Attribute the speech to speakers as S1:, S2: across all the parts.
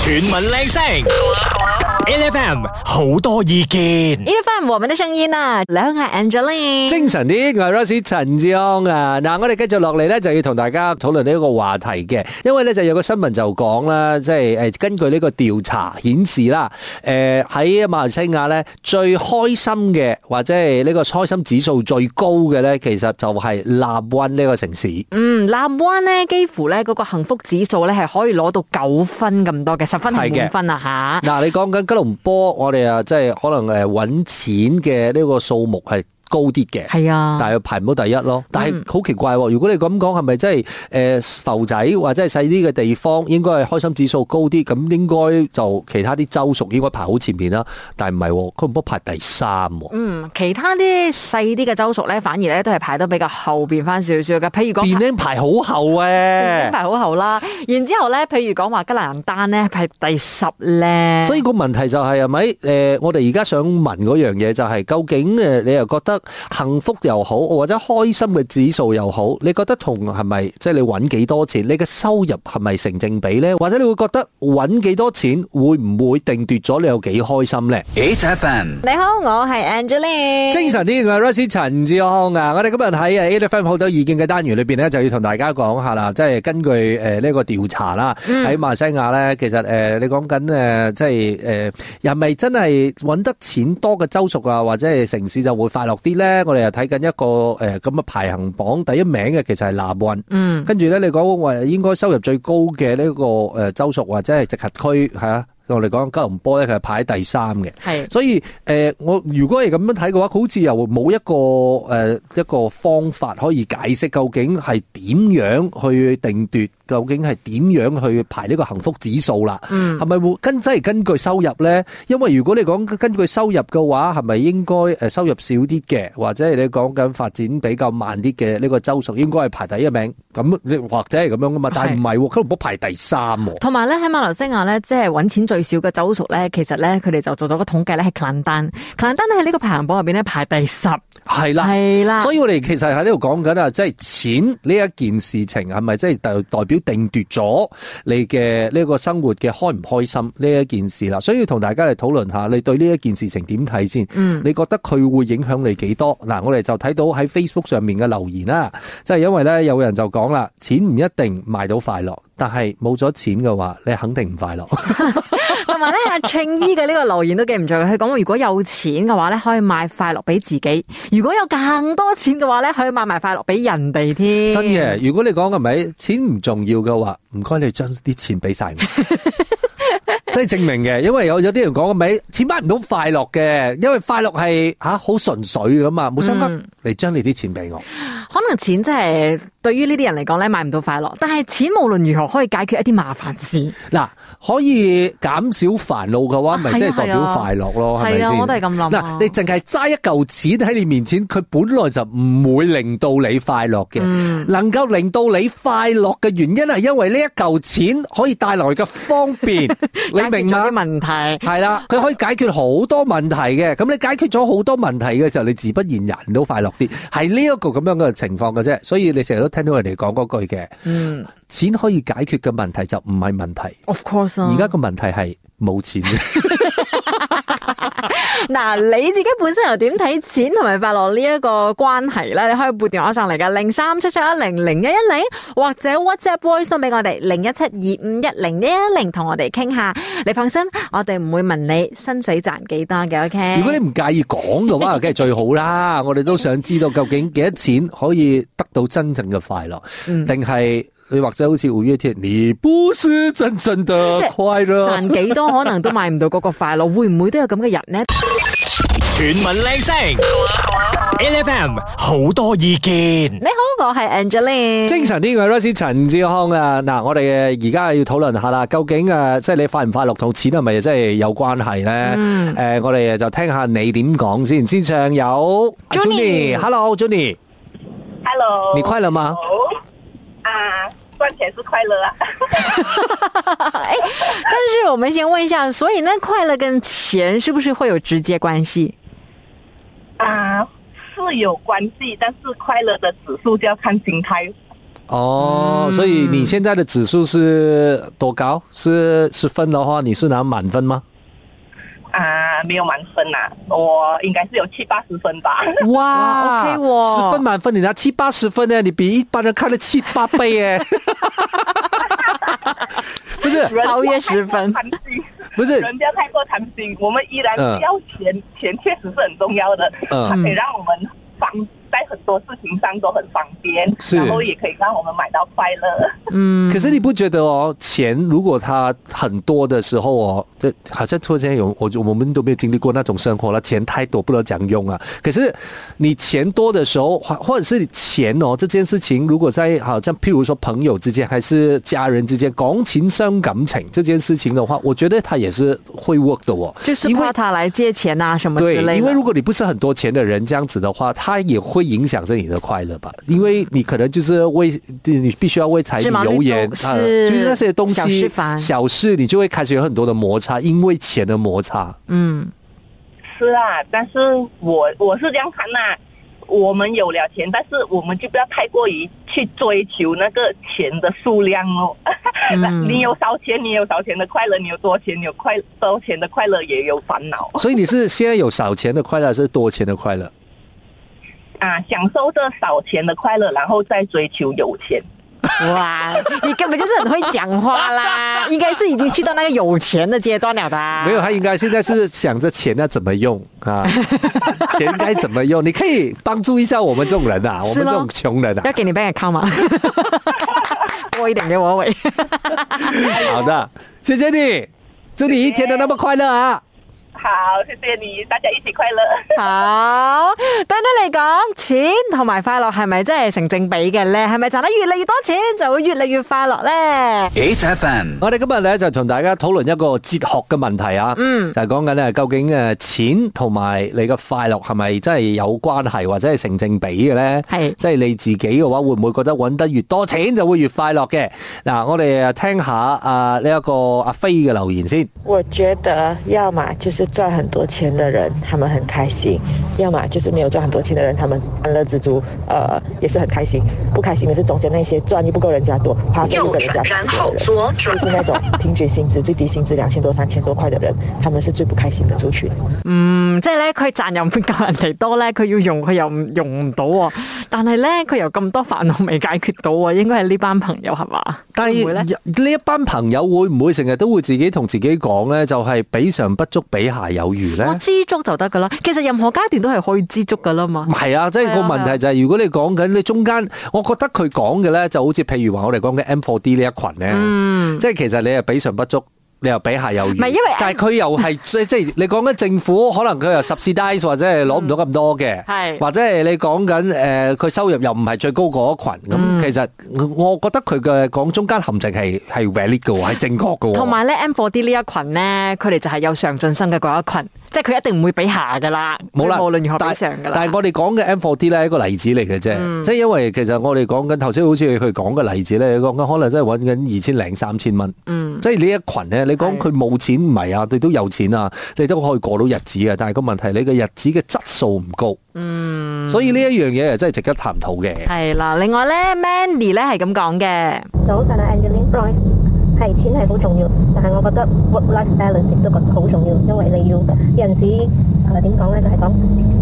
S1: 全民靚聲，LFM 好多意見。
S2: 一翻我們的聲音啊，兩係 Angeline，
S3: 精神啲，我係 Rosie 陳志安啊！嗱，我哋繼續落嚟咧，就要同大家討論呢一個話題嘅，因為咧就有個新聞就講啦，即係誒根據呢個調查顯示啦，誒、喺馬來西亞咧最開心嘅或者係呢個開心指數最高嘅咧，其實就係納温呢個城市。
S2: 嗯，南灣呢幾乎呢嗰個幸福指數呢係可以攞到九分咁多嘅，十分係
S3: 係嘅嗯
S2: 滿分啊吓。
S3: 嗱，你講緊吉隆坡，我哋啊即係可能誒揾錢嘅呢個數目係高啲嘅。
S2: 係啊，嗯
S3: 但係排唔到第一咯。但係好奇怪喎，如果你咁講，係咪真係誒浮仔或者係細啲嘅地方，應該係開心指數高啲，咁應該就其他啲州屬應該排好前面啦。但係唔係喎，佢唔好排第三喎。
S2: 嗯，其他啲細啲嘅州屬呢，反而呢都係排得比較後邊翻少少嘅，譬如講
S3: 變
S2: 排。
S3: 靚排好後啊
S2: 排
S3: 誒，
S2: 好後啦，然之後咧，譬如講話吉蘭丹咧係第十咧，
S3: 所以個問題就係係咪誒？我哋而家想問嗰樣嘢就係、究竟誒你又覺得幸福又好，或者開心嘅指數又好，你覺得同係咪即係你揾幾多錢，你嘅收入係咪成正比呢？或者你會覺得揾幾多錢會唔會定奪咗你有幾開心呢？
S1: HFM
S2: 你好，我係 Angeline，
S3: 精神啲嘅 Rosie 陳志康啊！我哋今日喺誒 A F M 好多意見嘅單元裏邊咧，就要同大家講下啦，即係根據誒呢個調查啦，喺馬來西亞咧，其實誒你講緊誒即係誒係咪真係揾得錢多嘅州屬啊，或者係城市就會快樂啲咧？我哋又睇緊一個呃誒咁嘅排行榜第一名嘅，其實係南運。
S2: 嗯，
S3: 跟住咧，你講話應該收入最高嘅呢個誒州屬或者係直轄區係啊，我哋講吉隆坡咧，佢係排第三嘅。
S2: 係。
S3: 所以誒、呃我如果係咁樣睇嘅話，好似又冇一個誒、呃一個方法可以解釋究竟係點樣去定奪，究竟係點樣去排呢個幸福指數啦。
S2: 嗯
S3: 係咪會跟真係根據收入咧？因為如果你講根據收入嘅話，係咪應該誒收入少啲嘅，或者係你講緊發展比較慢啲嘅呢個州屬應該係排第一名？咁你或者係咁樣噶嘛？但係唔係喎，吉隆坡排第三喎。
S2: 同埋咧喺馬來西亞咧，即係揾錢最少嘅州屬咧，其實咧佢哋就做咗個統計咧，係吉蘭丹，吉蘭丹咧喺呢個排行榜入邊咧排第十，
S3: 係啦。
S2: 係啦，
S3: 所以我哋其實喺呢度講緊啊，即係錢呢一件事情係咪即係代代表定奪咗你嘅呢個生活嘅開唔開心呢一件事啦？所以要同大家嚟討論下，你對呢一件事情點睇先？
S2: 嗯
S3: 你覺得佢會影響你幾多？嗱，我哋就睇到喺 Facebook 上面嘅留言啦，即係因為咧有人就講啦，錢唔一定買到快樂，但係冇咗錢嘅話，你肯定唔快樂。
S2: 同埋咧阿慶姨嘅呢個留言都幾唔錯嘅，佢講話如果有錢嘅話咧，可以買快樂俾自己；如果有更多錢嘅話咧，可以買埋快樂俾人哋添。
S3: 真嘅，如果你講嘅咪錢唔重要嘅話，唔該你將啲錢俾晒我。 即係證明嘅，因為有有啲人講嘅咪錢買唔到快樂嘅，因為快樂係吓好純粹噶嘛，冇相干。你將你啲錢俾我，
S2: 可能錢真係對於呢啲人嚟講咧買唔到快樂，但係錢無論如何可以解決一啲麻煩事。
S3: 嗱可以減少煩惱嘅話，
S2: 啊
S3: 咪即
S2: 係
S3: 係
S2: 啊
S3: 代
S2: 係啊
S3: 表快樂咯，係咪
S2: 係啊
S3: 先？
S2: 我都係咁諗啊
S3: 嗱，你淨係揸一嚿錢喺你面前，佢本來就唔會令到你快樂嘅。
S2: 嗯
S3: 能夠令到你快樂嘅原因係因為呢一嚿錢可以帶來嘅方 便，你明
S2: 解
S3: 嘛
S2: 決咗？啲問題。
S3: 系啦，佢可以解決好多問題嘅。咁你解決咗好多問題嘅時候，你自不然人都快樂啲，係呢一個咁樣嘅情況嘅啫。所以你成日都聽到人哋講嗰句嘅，
S2: 嗯
S3: 錢可以解決嘅問題就唔係問題，
S2: ，of course 啊
S3: 而家個問題係冇 錢嘅。
S2: 嗱，你自己本身又點睇錢同埋快樂呢一個關係咧？你可以撥電話上嚟噶，零三七七一零零一一零，或者 WhatsApp voice 都俾我哋零一七二五一零一一零，同我哋傾下。你放心，我哋唔會問你薪水賺幾多嘅，OK？
S3: 如果你唔介意講嘅話，梗係最好啦。我哋都想知道究竟幾多錢可以得到真正嘅快樂，
S2: 嗯
S3: 定係你或者好似五月天，你不是真正的
S2: 即係
S3: 快樂。
S2: 賺幾多可能都買唔到嗰個快樂，會唔會都有咁嘅人呢？
S1: 全民靚聲，LFM 好多意見。
S2: 你好，我係 Angeline。
S3: 精神啲嘅 Rosie 陳志康啊，嗱，我哋而家要討論下啦，究竟誒，即係你快唔快樂同錢係咪真係有關係咧？誒、
S2: 嗯
S3: 呃我哋就聽下你點講先。先上有啊
S2: Johnny
S3: Johnny，Hello，Johnny，
S4: Hello，
S3: 你快樂嗎？
S4: 好啊，赚钱是快乐啊，
S2: 哎，但是我們先問一下，所以呢，快樂跟錢是不是會有直接關係？
S4: 啊是有关系，但是快乐的指数就要看心态
S3: 哦，所以你现在的指数是多高？是十分的话，你是拿满分吗？
S4: 啊，没有满分呐、我应该是有七八十分吧。
S2: 哇，OK 喎
S3: 十分满分，你拿七八十分呢，你比一般人看了七八倍耶。 不是
S2: 超越十分
S4: 人
S3: 不
S4: 不要太过贪心
S3: 是
S4: 人不要太过贪心，我们依然
S3: 嗯
S4: 是要钱，钱确实是很重要的，
S3: 嗯
S4: 它可以让我们方在很多事情上都很方便，
S3: 是
S4: 然后也可以让我们买到快乐。
S2: 嗯，
S3: 可是你不觉得哦，钱如果它很多的时候哦，这好像突然间有我就我们都没有经历过那种生活了，钱太多不能讲用啊。可是你钱多的时候，或或者是你钱哦这件事情，如果在好像譬如说朋友之间还是家人之间讲情伤感情这件事情的话，我觉得它也是会 work 的哦，
S2: 就是
S3: 因为
S2: 怕他来借钱啊什么之
S3: 对，
S2: 类的。
S3: 因为如果你不是很多钱的人，这样子的话，他也会影响着你的快乐吧？因为你可能就是为你必须要为柴米
S2: 芝麻绿
S3: 油盐
S2: 豆，
S3: 啊
S2: 是
S3: 就是那些东西
S2: 小事烦
S3: 小事你就会开始有很多的摩擦，因为钱的摩擦。
S2: 嗯，
S4: 是啊，但是我我是这样看呐、我们有了钱，但是我们就不要太过于去追求那个钱的数量哦。
S2: 嗯
S4: 你有少钱，你有少钱的快乐；你有多钱，你有快多钱的快乐，也有烦恼
S2: 哦
S3: 所以你是现在有少钱的快乐，还是多钱的快 乐？
S4: 啊。享受这少钱的快乐，然后再追求有钱。
S2: 哇，啊你根本就是很会讲话啦，应该是已经去到那个有钱的阶段了吧？
S3: 没有，他应该现在是想着钱要怎么用 啊，钱该怎么用？你可以帮助一下我们这种人啊，我
S2: 是
S3: 们
S2: 咯
S3: 这种穷人啊。
S2: 要给你 bank account 吗？多一点给我喂。
S3: 好的，谢谢你，祝你一天都那么快乐啊！
S4: 好，谢谢你，大家一起快乐。
S2: 好，對你嚟講，錢同埋快樂係咪真係成正比嘅咧？係咪賺得越嚟越多錢就會越嚟越快樂咧？
S1: 8FM,
S3: 我哋今日咧就同大家討論一個哲學嘅問題啊，
S2: 嗯
S3: 就係講緊咧究竟誒錢同埋你嘅快樂係咪真係有關係或者係成正比嘅咧？
S2: 係
S3: 即係你自己嘅話，會唔會覺得揾得越多錢就會越快樂嘅？嗱，我哋誒呃聽下啊呢一個阿飛嘅留言先。
S5: 我觉得，要么就是赚很多钱的人，他们很开心；要么就是没有赚很多钱的人，他们安乐知足，呃，也是很开心。不开心的是中间那些赚又不够人家多，花费又不
S6: 右
S5: 跟人家
S6: 转，
S5: 差
S6: 然
S5: 不多的
S6: 后
S5: 人。
S6: 左转
S5: 就。是那种平均薪资最低薪资两千多、三千多块的人，他们是最不开心的族群。
S2: 嗯，即係咧，佢賺又唔夠人哋多咧，佢要用佢又唔用唔到喎。但係咧，佢又咁多煩惱未解決到喎，應該係呢班朋友係嘛？
S3: 但係
S2: 會唔會咧
S3: 呢一班朋友會唔會成日都會自己同自己講咧，就係比上不足，比下有餘咧
S2: 我？知足就得噶啦。其實任何階段都係可以知足噶啦嘛
S3: 唔。係啊，即係個
S2: 係啊
S3: 問
S2: 係
S3: 題
S2: 啊
S3: 就係，如果你講緊你中間，我覺得佢講嘅咧，就好似譬如話我哋講嘅 M4D 呢一群咧，即係其實你係比上不足。你又比下有餘，
S2: 嗯唔係因為
S3: 但係佢又係 即即係你講緊政府，可能佢又 subsidize 或者係攞唔到咁多嘅，
S2: 係
S3: 或者係你講緊誒佢收入又唔係最高嗰一群，咁、
S2: 嗯
S3: 其實我覺得佢嘅講中間陷阱係係 valid 嘅喎，係正確嘅喎。
S2: 同埋咧，M4D 呢一群咧，佢哋就係有上進心嘅嗰一群，即係佢一定唔會比下噶啦，
S3: 冇啦，
S2: 佢無論如何
S3: 但
S2: 比上噶啦。嗯
S3: 但係我哋講嘅 M4D 咧係一個例子嚟嘅啫，即係因為其實我哋講緊頭先好似佢講嘅例子咧，講緊可能真係揾緊二千零三千蚊，
S2: 嗯
S3: 即係呢一群咧，你講佢冇錢唔係啊，你都有錢啊，你都可以過到日子啊嘅，但係個問題你嘅日子嘅質素唔高，嗯，所以呢一樣嘢係真係值得探討嘅。
S2: 係啦，另外咧，Mandy 咧係咁講嘅。
S7: 早晨啊，Angeline Bryce，係錢係好重要，但係我覺得 work-life balance 亦都覺得好重要，因為你要有陣時誒點講咧，就係、講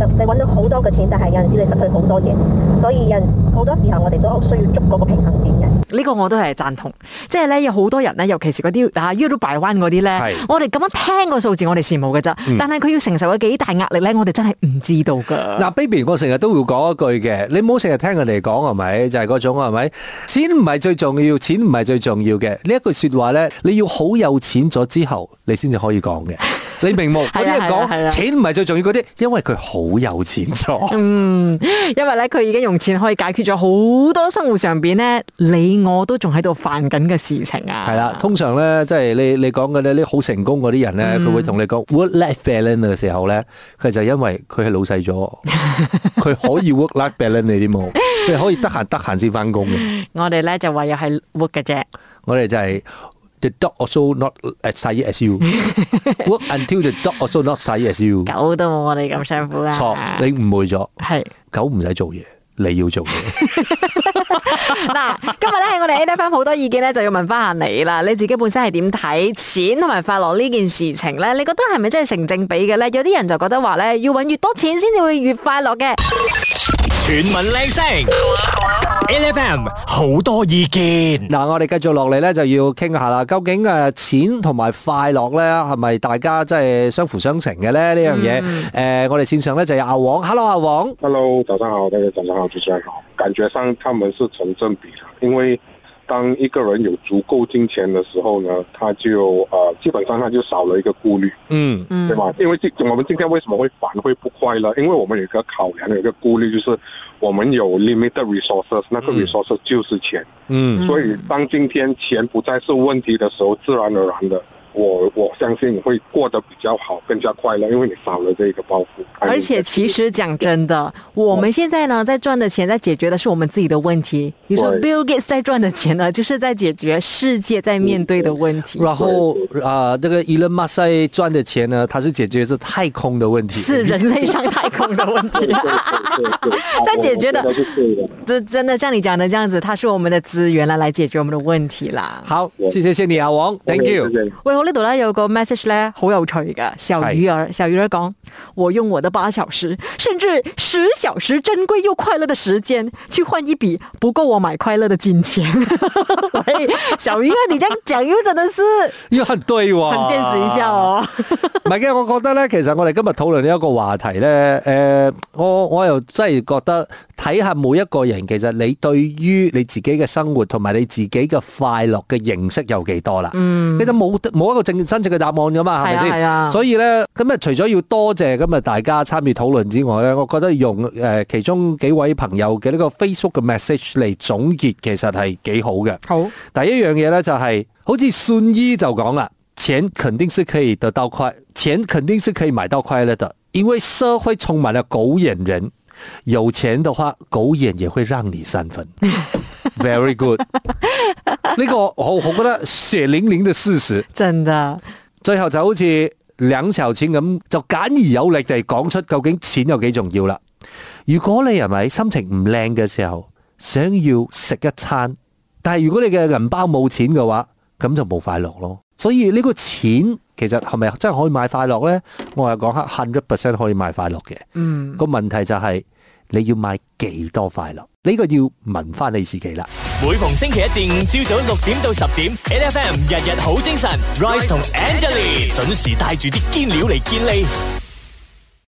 S7: 就你揾到好多嘅錢，但係有陣時你失去好多嘢，所以有陣好多時候我哋都需要捉嗰個平衡點嘅。
S2: 呢個我都係贊同，即係咧有好多人咧，尤其是嗰啲啊 YouTube 大灣嗰啲
S3: 係
S2: 咧，我哋咁樣聽個數字，我哋羨慕嘅咋，
S3: 嗯
S2: 但係佢要承受嘅幾大壓力咧，我哋真係唔知道噶。
S3: 嗱，baby，我成日都會講一句嘅，你唔好成日聽人哋講係咪？就係嗰種係咪？錢唔係最重要，錢唔係最重要嘅呢一句説話咧，你要好有錢咗之後，你先至可以講嘅。 你明冇？嗰啲人
S2: 係啊係啊係
S3: 講
S2: 啊
S3: 錢唔係最重要嗰啲，因為佢好有錢咗。
S2: 嗯，因為咧佢已經用錢可以解決咗好多生活上邊咧，你我都仲喺度犯緊嘅事情啊。
S3: 係啦，通常咧，即係你你講嘅咧，啲好成功嗰啲人咧，佢會同你講 work-life balance 嘅時候咧，佢就因為佢係老細咗，佢可以 work-life balance 你啲冇，佢可以得閒得閒先翻工嘅。
S2: 我哋咧就唯有係 work 嘅啫。
S3: 我哋就係 the dog also not as tired as you work until the dog also not tired as you。
S2: 啊狗都冇我哋咁辛苦啦。
S3: 錯，你誤會咗，
S2: 係
S3: 狗唔使做嘢，你要做 嘅。
S2: 嗱，今日咧喺我哋 A F M 好多意見咧，就要問翻下你啦。你自己本身係點睇錢同埋快樂呢件事情咧？你覺得係咪真係成正比嘅咧？有啲人就覺得話咧，要揾越多錢先至會越快樂嘅。
S1: 全民靚聲，LFM 好多意見。
S3: 嗱，我哋繼續落嚟咧，就要傾下啦。究竟誒錢同埋快樂咧，係咪大家即係相輔相成嘅咧？呢樣嘢誒，我哋線上咧就有阿王，Hello 阿王。
S6: Hello，早上好，大家早上好，主持人好。感觉上他们是成正比的，因为当一个人有足够金钱的时候呢，他就呃，基本上他就少了一个顾虑，
S3: 嗯
S2: 嗯
S6: 对，吗？因为今我们今天为什么会烦会不快乐？因为我们有一个考量，有一个顾虑，就是我们有 limited resources，那个
S3: 嗯
S6: resources 就是钱。
S3: 嗯
S6: 所以当今天钱不再是问题的时候，自然而然的。我我相信你会过得比较好，更加快乐，因为你少了这个包袱。
S2: 而且其实讲真的，我们现在呢在赚的钱，在解决的是我们自己的问题。你说
S6: 对
S2: Bill Gates 在赚的钱呢，就是在解决世界在面对的问题。
S3: 然后啊、呃，这个 Elon Musk 在赚的钱呢，他是解决是太空的问题。
S2: 是人类上太空的 问题，
S6: 对对对
S2: 在解决的
S6: 我我觉得是对的。
S2: 这真的像你讲的这样子，它是我们的资源啦，来解决我们的问题啦。
S3: 好，谢谢谢你啊，王，Thank you。
S2: 喂，我呢度咧有個 message 咧好有趣嘅，小魚兒，小魚兒講：我用我的八小時，甚至十小時珍貴又快樂的時間，去換一筆不夠我買快樂的金錢。 喂，小魚兒，你這樣講又真的是
S3: 又很對喎，
S2: 很現實一下。哦。
S3: 唔係嘅，我覺得咧，其實我哋今日討論呢一個話題咧，誒、我我又真係覺得睇下每一個人，其實你對於你自己嘅生活同埋你自己嘅快樂嘅認識有幾多啦？嗯，你都冇得冇一個正真正嘅答案噶嘛，係咪
S2: 係啊
S3: 先？
S2: 係啊
S3: 所以咧，咁啊，除咗要多謝今日大家參與討論之外咧，我覺得用誒、其中幾位朋友嘅呢個 Facebook 嘅 message 嚟總結，其實係幾好嘅。
S2: 好，
S3: 第一樣嘢咧就係、好似信醫就講啦，錢肯定是可以得到快，錢肯定是可以買到快樂的，因為社會充滿了狗眼人，有錢的話，狗眼也會讓你三分。Very good，呢個我我覺得血淋淋的事實。
S2: 真的
S3: 最後就好似兩籌錢咁，就簡而有力地講出究竟錢有幾重要啦。如果你係咪心情唔靚嘅時候，想要食一餐，但係如果你嘅銀包冇錢嘅話，咁就冇快樂咯。所以呢個錢其實係咪真係可以買快樂呢？我係講黑 hundred percent 可以買快樂嘅。嗯，個問題就係、你要買幾多快樂？呢、個要問翻你自己啦。
S1: 每逢星期一至五朝早六點到十點，LFM 日日好精神，Rise 同 Angelie 準時帶住啲堅料嚟健利。